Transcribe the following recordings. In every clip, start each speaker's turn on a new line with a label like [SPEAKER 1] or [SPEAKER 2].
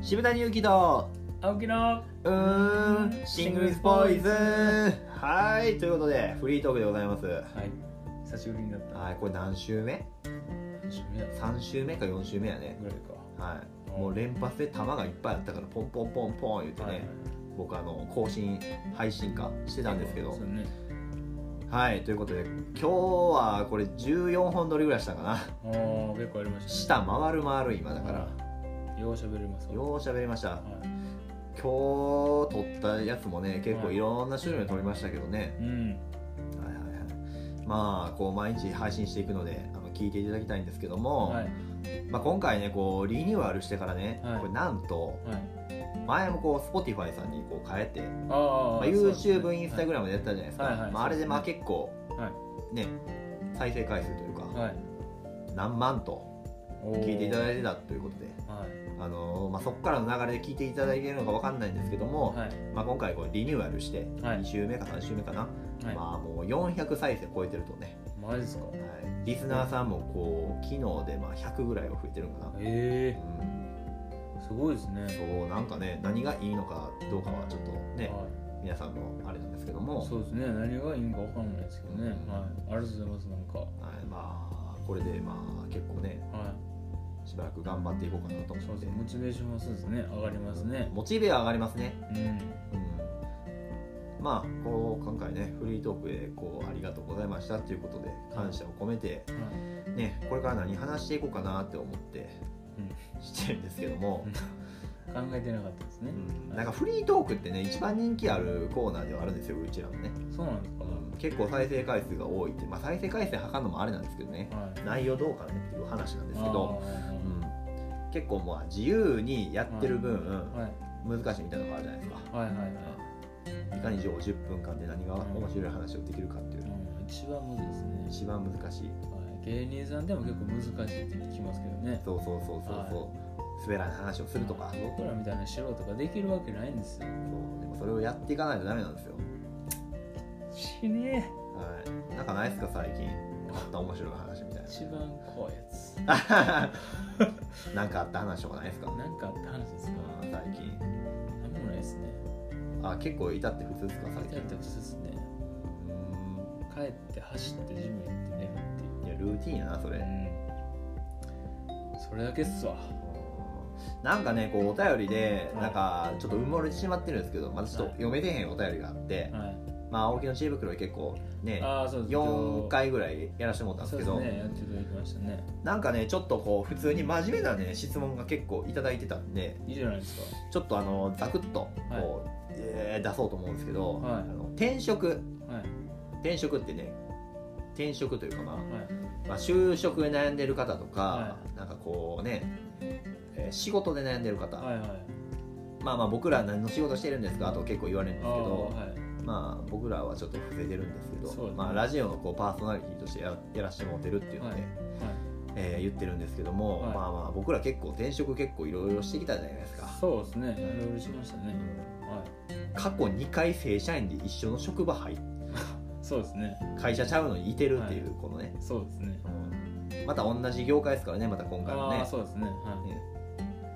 [SPEAKER 1] 渋谷祐希と
[SPEAKER 2] 青木の
[SPEAKER 1] うーんシングルスポイズンはいということでフリートークでございます
[SPEAKER 2] はい久しぶりになった
[SPEAKER 1] はいこれ何週目
[SPEAKER 2] 久しぶりだっ
[SPEAKER 1] 3週目か4週目やね
[SPEAKER 2] ぐらい
[SPEAKER 1] はいもう連発で球がいっぱいあったからポンポンポンポン言って
[SPEAKER 2] か
[SPEAKER 1] ね、
[SPEAKER 2] はい
[SPEAKER 1] 僕あの更新配信化してたんですけど
[SPEAKER 2] そうね
[SPEAKER 1] はいということで今日はこれ14本撮りぐらいしたかな
[SPEAKER 2] あー結構ありましたね
[SPEAKER 1] 下回る回る今だから
[SPEAKER 2] ようしゃべりますわ
[SPEAKER 1] よう喋りました
[SPEAKER 2] はい
[SPEAKER 1] 今日撮ったやつもね結構いろんな種類を撮りましたけどね、
[SPEAKER 2] うん
[SPEAKER 1] はいはいはい、まあこう毎日配信していくのであの聞いていただきたいんですけども、
[SPEAKER 2] はい
[SPEAKER 1] まあ、今回ねこうリニューアルしてからね、
[SPEAKER 2] はい
[SPEAKER 1] これなんと
[SPEAKER 2] はい
[SPEAKER 1] 前もこう Spotify さんにこう変えて、
[SPEAKER 2] あー
[SPEAKER 1] まあ、
[SPEAKER 2] そうですね
[SPEAKER 1] YouTube、インスタグラムでやったじゃないですか、
[SPEAKER 2] はいはい
[SPEAKER 1] まあ、あれでまあ
[SPEAKER 2] そうで
[SPEAKER 1] 結構、
[SPEAKER 2] は
[SPEAKER 1] ね再生回数というか、
[SPEAKER 2] はい
[SPEAKER 1] 何万と
[SPEAKER 2] おー
[SPEAKER 1] 聞いていただいてたということで、
[SPEAKER 2] はい
[SPEAKER 1] あのーまあ、そこからの流れで聞いていただいているのか分かんないんですけども、
[SPEAKER 2] はい
[SPEAKER 1] まあ、今回こうリニューアルして
[SPEAKER 2] はい
[SPEAKER 1] 2週目か3週目かな、
[SPEAKER 2] はい
[SPEAKER 1] まあ、もう400再生超えてるとね、
[SPEAKER 2] マジですか
[SPEAKER 1] はいリスナーさんもこう昨日でまあ100ぐらいは増えてるのかな、
[SPEAKER 2] え
[SPEAKER 1] うん
[SPEAKER 2] えすごいですね
[SPEAKER 1] そうなんかね何がいいのかどうかはちょっとね
[SPEAKER 2] はい
[SPEAKER 1] 皆さんのあれなんですけども、
[SPEAKER 2] そうですね何がいいんか分かんないですけどね、
[SPEAKER 1] うん
[SPEAKER 2] はいありがとうございますなんかは
[SPEAKER 1] はい、まあこれでまあ結構ねしばらく頑張っていこうかなと
[SPEAKER 2] いそ
[SPEAKER 1] 思
[SPEAKER 2] う
[SPEAKER 1] って
[SPEAKER 2] ですねモチベーションはそうですね上がりますね
[SPEAKER 1] モチベは上がりますね
[SPEAKER 2] うん
[SPEAKER 1] うん、まあこう今回ねフリートークでこうありがとうございましたということで感謝を込めて、
[SPEAKER 2] はい
[SPEAKER 1] ね、これから何話していこうかなって思ってしてるんですけども、
[SPEAKER 2] 考えてなかったですね
[SPEAKER 1] う、んなんかフリートークってね一番人気あるコーナーではあるんですようちらのね、
[SPEAKER 2] そうなんですか、
[SPEAKER 1] うん結構再生回数が多いって、まあ、再生回数測るのもあれなんですけどね
[SPEAKER 2] はい
[SPEAKER 1] 内容どうかねっていう話なんですけど、
[SPEAKER 2] あー
[SPEAKER 1] うん、結構まあ自由にやってる分、
[SPEAKER 2] はい
[SPEAKER 1] 難しいみたいなのがあるじゃないですか
[SPEAKER 2] はいはいはい、
[SPEAKER 1] いかに上10分間で何が面白い話をできるかっていう
[SPEAKER 2] うん、一番むずいですね、
[SPEAKER 1] 一番難しい
[SPEAKER 2] はい、芸人さんでも結構難しいって聞きますけどね
[SPEAKER 1] そうそうそうそうそう、滑らない話をするとか、
[SPEAKER 2] はい
[SPEAKER 1] そう
[SPEAKER 2] 僕らみたいな素人ができるわけないんですよ
[SPEAKER 1] でもそれをやっていかないとダメなんですよ
[SPEAKER 2] 死ね
[SPEAKER 1] はいなんかないっすか最近あった面白い話みたい
[SPEAKER 2] 一番怖いやつ
[SPEAKER 1] な なんかあった話とかないっすか、うん、
[SPEAKER 2] なんかあった話ですか
[SPEAKER 1] 最近
[SPEAKER 2] なんもないですね
[SPEAKER 1] あ結構いたって普通っすか最
[SPEAKER 2] 痛
[SPEAKER 1] 近
[SPEAKER 2] いとくですね
[SPEAKER 1] う
[SPEAKER 2] 帰って走ってジム行って寝るって
[SPEAKER 1] ーんい
[SPEAKER 2] いう
[SPEAKER 1] やルーティンやなそれ、
[SPEAKER 2] うんそれだけっすわ
[SPEAKER 1] なんかねこうお便りで
[SPEAKER 2] はい
[SPEAKER 1] なんかちょっと埋もれてしまってるんですけどまだちょっと読めてへんお便りがあって、
[SPEAKER 2] はい
[SPEAKER 1] まあ青木の知恵袋で結構ね
[SPEAKER 2] ああそうです
[SPEAKER 1] 4回ぐらいやらせてもらったんですけ
[SPEAKER 2] そ
[SPEAKER 1] ど
[SPEAKER 2] うですねやっていただきましたね
[SPEAKER 1] なんかねちょっとこう普通に真面目なね質問が結構いただいてたんで
[SPEAKER 2] いいじゃないですか
[SPEAKER 1] ちょっとあのザクッとこう、えー出そうと思うんですけど、
[SPEAKER 2] はい
[SPEAKER 1] あの転職
[SPEAKER 2] はい
[SPEAKER 1] 転職ってね転職というかまあ、
[SPEAKER 2] はい
[SPEAKER 1] まあ、就職で悩んでる方とか、
[SPEAKER 2] は
[SPEAKER 1] なんかこうね、えー仕事で悩んでる方、
[SPEAKER 2] はいはい
[SPEAKER 1] まあまあ僕ら何の仕事してるんですかと結構言われるんですけど
[SPEAKER 2] あーはい
[SPEAKER 1] まあ僕らはちょっと伏せてるんですけど
[SPEAKER 2] そうですね
[SPEAKER 1] まあ、ラジオのこうパーソナリティとしてややらせてもらってるっていうので、
[SPEAKER 2] はい
[SPEAKER 1] えー言ってるんですけども、
[SPEAKER 2] はい
[SPEAKER 1] まあまあ僕ら結構転職結構いろいろしてきたじゃないですか
[SPEAKER 2] そうですねいろいろしましたねは
[SPEAKER 1] 過去2回正社員で一緒の職場入っ
[SPEAKER 2] いそうですね
[SPEAKER 1] 会社ちゃうのにいてるっていうこのね、
[SPEAKER 2] そうですね
[SPEAKER 1] うんまた同じ業界ですからねまた今回も
[SPEAKER 2] あ
[SPEAKER 1] ね
[SPEAKER 2] あそうですねは
[SPEAKER 1] ね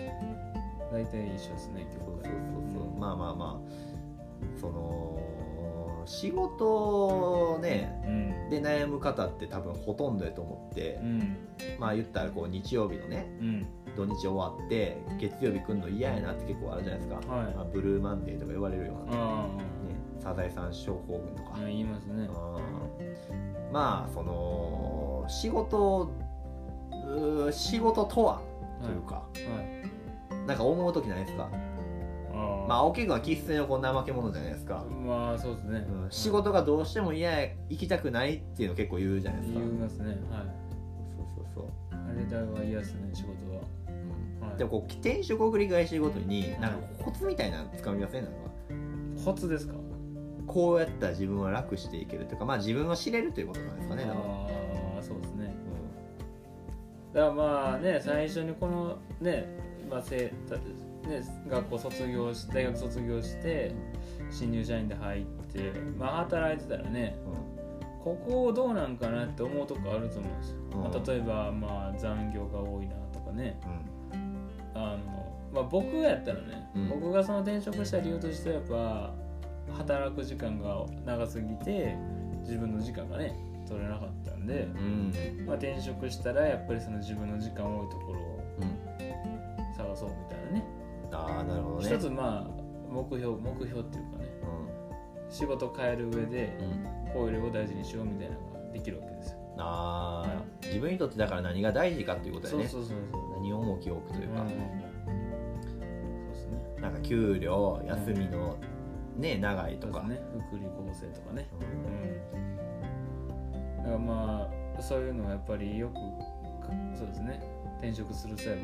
[SPEAKER 2] い大体一緒ですね
[SPEAKER 1] そう
[SPEAKER 2] 今
[SPEAKER 1] そうそう
[SPEAKER 2] 日
[SPEAKER 1] そう、
[SPEAKER 2] うん
[SPEAKER 1] まあまあまあその仕事をね
[SPEAKER 2] うん
[SPEAKER 1] で悩む方って多分ほとんどやと思って
[SPEAKER 2] う、ん
[SPEAKER 1] まあ言ったらこう日曜日のね
[SPEAKER 2] うん
[SPEAKER 1] 土日終わって月曜日来んの嫌やなって結構あるじゃないですか、
[SPEAKER 2] はい
[SPEAKER 1] まあブルーマンデーとか言われるようなね
[SPEAKER 2] あ
[SPEAKER 1] ね、サザエさん症候群とか
[SPEAKER 2] あ、言いますね
[SPEAKER 1] うんまあその仕事うー仕事とはというか、
[SPEAKER 2] はいはい
[SPEAKER 1] なんか思う時ないですか、
[SPEAKER 2] ああ
[SPEAKER 1] まあ青木君は喫煙のこう怠け者じゃないですか、
[SPEAKER 2] まあそうですね
[SPEAKER 1] うん仕事がどうしても嫌や行きたくないっていうの結構言うじゃないですか
[SPEAKER 2] 言いますねはい
[SPEAKER 1] そうそうそう、
[SPEAKER 2] あれだは嫌ですね仕事は
[SPEAKER 1] うん
[SPEAKER 2] はい
[SPEAKER 1] でもこう転職を繰り返していくごとになんかコツみたいなのつかみませんなんか
[SPEAKER 2] コツですか
[SPEAKER 1] こうやったら自分は楽していけるというかまあ自分を知れるということなんですかねだから、
[SPEAKER 2] ああそうですねだからまあね最初にこのね,、まあ、せたね学校卒業し大学卒業して新入社員で入って、まあ、働いてたらね
[SPEAKER 1] うんうん
[SPEAKER 2] ここどうなんかなって思うとこあると思うんですよ、ま
[SPEAKER 1] うん
[SPEAKER 2] あ、例えば、まあ、残業が多いなとかね
[SPEAKER 1] うん
[SPEAKER 2] あの、まあ、僕やったらね、
[SPEAKER 1] うん
[SPEAKER 2] 僕がその転職した理由としてはやっぱ働く時間が長すぎて自分の時間がね取れなかったんで、
[SPEAKER 1] うん
[SPEAKER 2] まあ、転職したらやっぱりその自分の時間多いところを
[SPEAKER 1] うん
[SPEAKER 2] 探そうみたいなね
[SPEAKER 1] ああなるほどね
[SPEAKER 2] 一つまあ目標目標っていうかね仕事を変える上で
[SPEAKER 1] うんうん
[SPEAKER 2] こういうを大事にしようみたいなのができるわけですよ、
[SPEAKER 1] ああ自分にとってだから何が大事かっていうことだ
[SPEAKER 2] そ
[SPEAKER 1] よ
[SPEAKER 2] う
[SPEAKER 1] ね
[SPEAKER 2] そうそうそう
[SPEAKER 1] 何を重きを置くというか
[SPEAKER 2] うん、そうですね
[SPEAKER 1] なんか給料休みの、ね長いと
[SPEAKER 2] そうで
[SPEAKER 1] か
[SPEAKER 2] すね福利厚生とかねうんだからまあそういうのはやっぱりよくそうですね転職する際は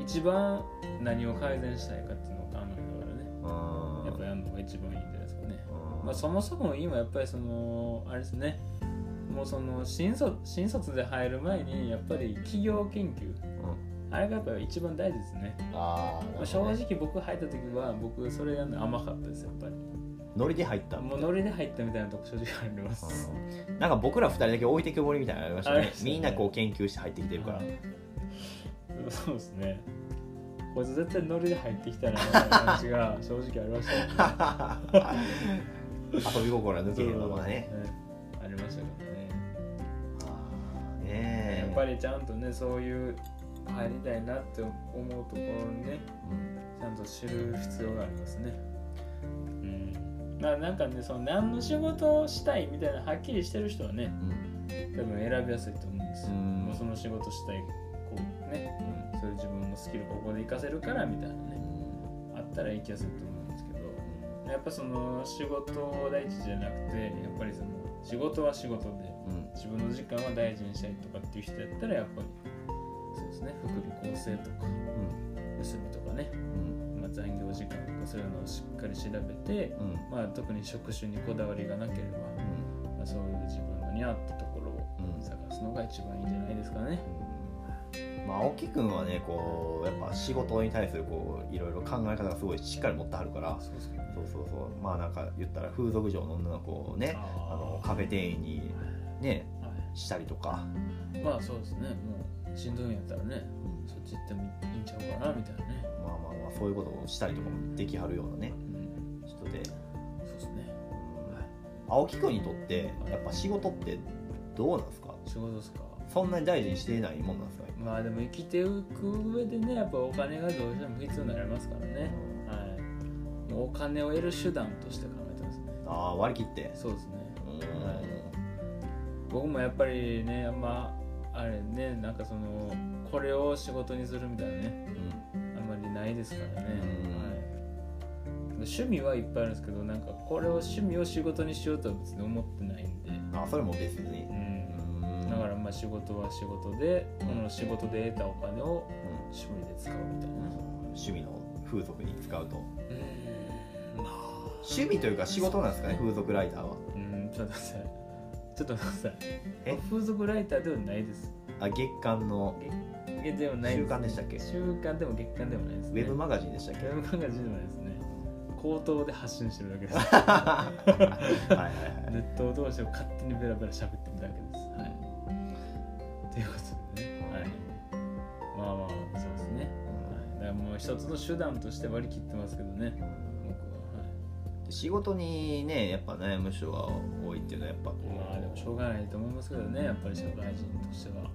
[SPEAKER 2] 一番何を改善したいかっていうのを考えながらね
[SPEAKER 1] うん
[SPEAKER 2] やっぱやるのが一番いいんじゃないですかね
[SPEAKER 1] うん
[SPEAKER 2] まあ、そもそも今やっぱりそのあれですねもうその新卒新卒で入る前にやっぱり企業研究
[SPEAKER 1] うん
[SPEAKER 2] あれがやっぱり一番大事ですね、
[SPEAKER 1] ああ、
[SPEAKER 2] まあ、正直僕入った時は僕それやるの甘かったですやっぱり
[SPEAKER 1] ノリで入った
[SPEAKER 2] もうノリで入ったみたいなとこ正直あります
[SPEAKER 1] うんなんか僕ら二人だけ置いてけぼりみたいなのありました
[SPEAKER 2] あり
[SPEAKER 1] ね
[SPEAKER 2] ましたね
[SPEAKER 1] みんなこう研究して入ってきてるから
[SPEAKER 2] はいそうですねこいつ絶対ノリで入ってきたな みたいな感じが正直ありましたね
[SPEAKER 1] 遊び心は抜けへんのがね
[SPEAKER 2] ありましたけどね
[SPEAKER 1] あーね
[SPEAKER 2] や
[SPEAKER 1] え
[SPEAKER 2] っぱりちゃんとねそういう入りたいなって思うところにね
[SPEAKER 1] うん
[SPEAKER 2] ちゃんと知る必要がありますね。うん。まあなんかね、その何の仕事をしたいみたいなはっきりしてる人はね、
[SPEAKER 1] うん
[SPEAKER 2] 多分選びやすいと思うんですよ。
[SPEAKER 1] うん
[SPEAKER 2] もうその仕事したい、こうね、そういう自分のスキルここで活かせるからみたいな
[SPEAKER 1] うん
[SPEAKER 2] ね、あったら行きやすいと思うんですけど、やっぱその仕事を第一じゃなくて、やっぱりその仕事は仕事で、
[SPEAKER 1] うん
[SPEAKER 2] 自分の時間は大事にしたいとかっていう人やったら、やっぱり、そうですね、福利厚生とか、休みとかね、
[SPEAKER 1] うん
[SPEAKER 2] まあ、残業時間とかそういうのをしっかり調べて、
[SPEAKER 1] うん
[SPEAKER 2] まあ、特に職種にこだわりがなければ、まあ、そういう自分に合ったところを
[SPEAKER 1] うんうん
[SPEAKER 2] 探すのが一番いいんじゃないですかね。
[SPEAKER 1] まあ、青木君はねこうやっぱ仕事に対するこういろいろ考え方がすごいしっかり持ってはるから
[SPEAKER 2] そうですね
[SPEAKER 1] そうそうそうまあなんか言ったら風俗嬢の女の子をねあのカフェ店員にねしたりとか、
[SPEAKER 2] まあそうですねもうしんどいんやったらね
[SPEAKER 1] うん
[SPEAKER 2] そっち行ってもいいんちゃうかなみたいなね。
[SPEAKER 1] まあまあまあそういうことをしたりとかもできはるようなね
[SPEAKER 2] うん、
[SPEAKER 1] 人で、
[SPEAKER 2] そうですね。
[SPEAKER 1] うん
[SPEAKER 2] はい
[SPEAKER 1] 青木君にとってやっぱ仕事ってどうなんですか
[SPEAKER 2] 仕事ですか
[SPEAKER 1] そんなに大事にしていないもんなんですか、
[SPEAKER 2] まあでも生きていく上でねやっぱお金がどうしても必要になりますからね。はい。もうお金を得る手段として考えてますね。
[SPEAKER 1] ああ割り切って
[SPEAKER 2] そうですね。
[SPEAKER 1] うん
[SPEAKER 2] はい僕もやっぱりねあんまあれねなんかそのこれを仕事にするみたいなね
[SPEAKER 1] うん
[SPEAKER 2] あんまりないですからね、
[SPEAKER 1] うん
[SPEAKER 2] はい、趣味はいっぱいあるんですけどなんかこれを趣味を仕事にしようとは別に思ってないんで、
[SPEAKER 1] あそれも別にうん
[SPEAKER 2] う、
[SPEAKER 1] ん
[SPEAKER 2] だからまあ仕事は仕事で
[SPEAKER 1] うん
[SPEAKER 2] この仕事で得たお金を
[SPEAKER 1] うん
[SPEAKER 2] 趣味で使うみたいな、
[SPEAKER 1] 趣味の風俗に使うと
[SPEAKER 2] うんまあ
[SPEAKER 1] 趣味というか仕事なんですかね風俗ライターは
[SPEAKER 2] うんちょっと待ってくださいちょっと待ってください
[SPEAKER 1] え
[SPEAKER 2] 風俗ライターではないです
[SPEAKER 1] あ月間の
[SPEAKER 2] えでもない
[SPEAKER 1] 週
[SPEAKER 2] です
[SPEAKER 1] 刊でしたっけ
[SPEAKER 2] 週刊でも月刊でもないです
[SPEAKER 1] ウ
[SPEAKER 2] ね
[SPEAKER 1] ェブマガジンでしたっけ
[SPEAKER 2] ゲームマガジンはですね口頭で発信してるだけです
[SPEAKER 1] はいはいはい
[SPEAKER 2] ネット同士を勝手にベラベラ喋ってるだけですはいということでねはいまあまあそうですね、はい、だからもう一つの手段として割り切ってますけどね僕
[SPEAKER 1] 仕事にねやっぱ悩む人が多いっていうのはやっぱこう
[SPEAKER 2] は、はい、まあでもしょうがないと思いますけどねやっぱり社会人としては、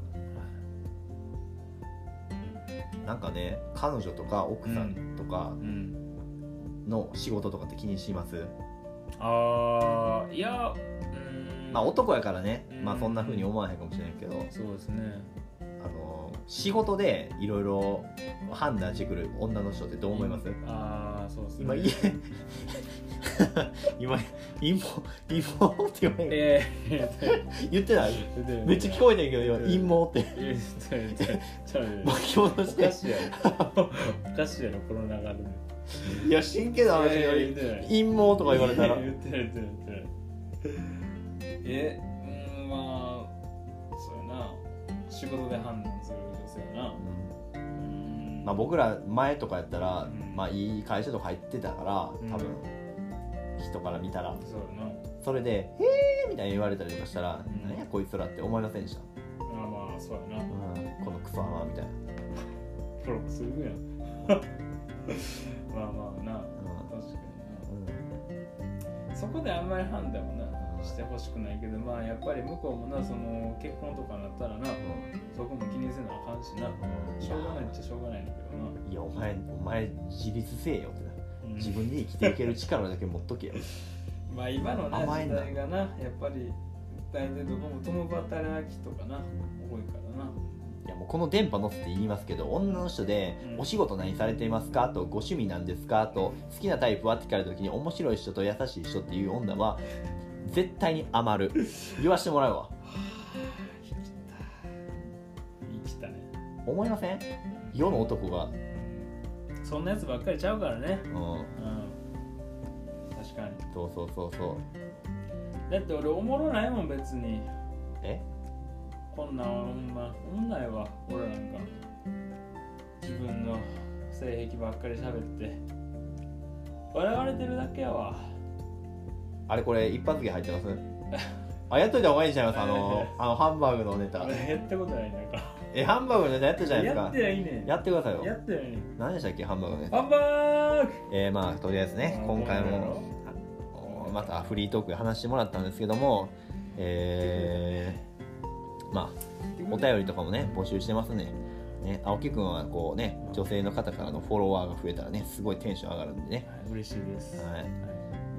[SPEAKER 1] なんかね彼女とか奥さんとか
[SPEAKER 2] うん
[SPEAKER 1] の仕事とかって気にします、
[SPEAKER 2] ああいやうん
[SPEAKER 1] まあ男やからね、
[SPEAKER 2] うん
[SPEAKER 1] まあそんな風に思わへんかもしれないけど、
[SPEAKER 2] そうですね
[SPEAKER 1] あの仕事でいろいろ判断してくる女の人ってどう思います、
[SPEAKER 2] ああそうですね
[SPEAKER 1] 今家 今陰謀陰謀って言わへん
[SPEAKER 2] ええ
[SPEAKER 1] 言ってないめっちゃ聞こえてんけど今陰謀って
[SPEAKER 2] えちょっと待ってちょっと
[SPEAKER 1] 巻き戻
[SPEAKER 2] 待って
[SPEAKER 1] し
[SPEAKER 2] おか
[SPEAKER 1] て
[SPEAKER 2] しいやろおかしいやろこの流れ で
[SPEAKER 1] いや真剣な話よ
[SPEAKER 2] いやいや言っ
[SPEAKER 1] り
[SPEAKER 2] てない
[SPEAKER 1] 陰謀とか言われたら
[SPEAKER 2] 言ってない言ってない言ってないえうーんまあそうやな仕事で判断する女性やなうーん
[SPEAKER 1] まあ、僕ら前とかやったら、
[SPEAKER 2] うん
[SPEAKER 1] まあ、いい会社とか入ってたから
[SPEAKER 2] うん
[SPEAKER 1] 多分、人から見たら
[SPEAKER 2] そうやな
[SPEAKER 1] それで「えー!」みたいに言われたりとかしたら「
[SPEAKER 2] うん
[SPEAKER 1] 何やこいつら」って思いませんでした、
[SPEAKER 2] あまあそうやな
[SPEAKER 1] うん、このクソアマみたいな、
[SPEAKER 2] プロするやんまあまあな確かに
[SPEAKER 1] うん
[SPEAKER 2] なそこであんまり判断はなしてほしくないけどまあやっぱり向こうもなその結婚とかなったらなそこも気にせなあかんしな
[SPEAKER 1] うん、い
[SPEAKER 2] し
[SPEAKER 1] や
[SPEAKER 2] ょうがないっちゃしょうがないんだけどな、
[SPEAKER 1] いやお前お前自立せえよってな
[SPEAKER 2] うん
[SPEAKER 1] 自分で生きていける力だけ持っとけよ、
[SPEAKER 2] まあ今のな
[SPEAKER 1] 甘い
[SPEAKER 2] 時
[SPEAKER 1] んだ
[SPEAKER 2] 代がなやっぱり大体どこも共働きとかな多いからない
[SPEAKER 1] やもうこの電波乗せて言いますけど女の人で
[SPEAKER 2] う
[SPEAKER 1] 「
[SPEAKER 2] ん
[SPEAKER 1] お仕事何されていますか?」と「ご趣味なんですか?」と「好きなタイプは?」って聞かれた時に面白い人と優しい人っていう女は絶対に余る言わしてもらうわ
[SPEAKER 2] 生きた生きたね
[SPEAKER 1] 思いません世の男が、
[SPEAKER 2] そんなやつばっかりちゃうからね
[SPEAKER 1] うん、
[SPEAKER 2] うん確かに
[SPEAKER 1] そうそうそうそう
[SPEAKER 2] だって俺おもろないもん別に
[SPEAKER 1] え
[SPEAKER 2] こんなんほんまおもんないわ俺なんか自分の性癖ばっかり喋って笑われてるだけやわ
[SPEAKER 1] あれこれ一発芸入ってますあやっといた方がいいんちゃいますあのあのハンバーグのネタ
[SPEAKER 2] 俺やったことないんだか
[SPEAKER 1] えハンバーグのネタやったじゃ
[SPEAKER 2] ら
[SPEAKER 1] ないです
[SPEAKER 2] やっ
[SPEAKER 1] か
[SPEAKER 2] てないねん
[SPEAKER 1] やってください
[SPEAKER 2] や
[SPEAKER 1] よ
[SPEAKER 2] ってないねん
[SPEAKER 1] 何でしたっけハンバーグのネタ
[SPEAKER 2] ハンバーグ
[SPEAKER 1] えー、まあとりあえずね今回もおまたフリートークで話してもらったんですけどもえー、まあお便りとかもね募集してますねね青木くんはこうね女性の方からのフォロワーが増えたらねすごいテンション上がるんでね、
[SPEAKER 2] はい嬉しいです
[SPEAKER 1] はい
[SPEAKER 2] は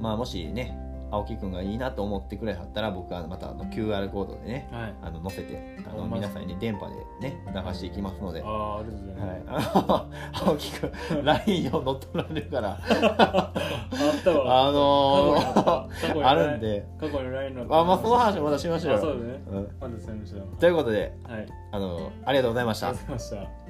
[SPEAKER 1] まあもしね青木くんがいいなと思ってくれはったら僕はまたあの QR コードでね
[SPEAKER 2] いはい
[SPEAKER 1] あの載せてあ
[SPEAKER 2] ほ
[SPEAKER 1] の
[SPEAKER 2] んま
[SPEAKER 1] 皆さんに電波でね流していきますので
[SPEAKER 2] ああありがとうございます
[SPEAKER 1] はい、 青木くん、ラインを乗っ取られるから、
[SPEAKER 2] あったわ
[SPEAKER 1] あの
[SPEAKER 2] 過去に
[SPEAKER 1] ー、
[SPEAKER 2] あ
[SPEAKER 1] あ
[SPEAKER 2] った
[SPEAKER 1] るんで、
[SPEAKER 2] 過去に LINE の
[SPEAKER 1] あまあ、その話またしましょう
[SPEAKER 2] あそ
[SPEAKER 1] よ。
[SPEAKER 2] うだね
[SPEAKER 1] うん
[SPEAKER 2] まだそういうの知らなかっ
[SPEAKER 1] ということで、
[SPEAKER 2] たはいあり
[SPEAKER 1] あのーありがとうございまし
[SPEAKER 2] がとう
[SPEAKER 1] た
[SPEAKER 2] ござ。いました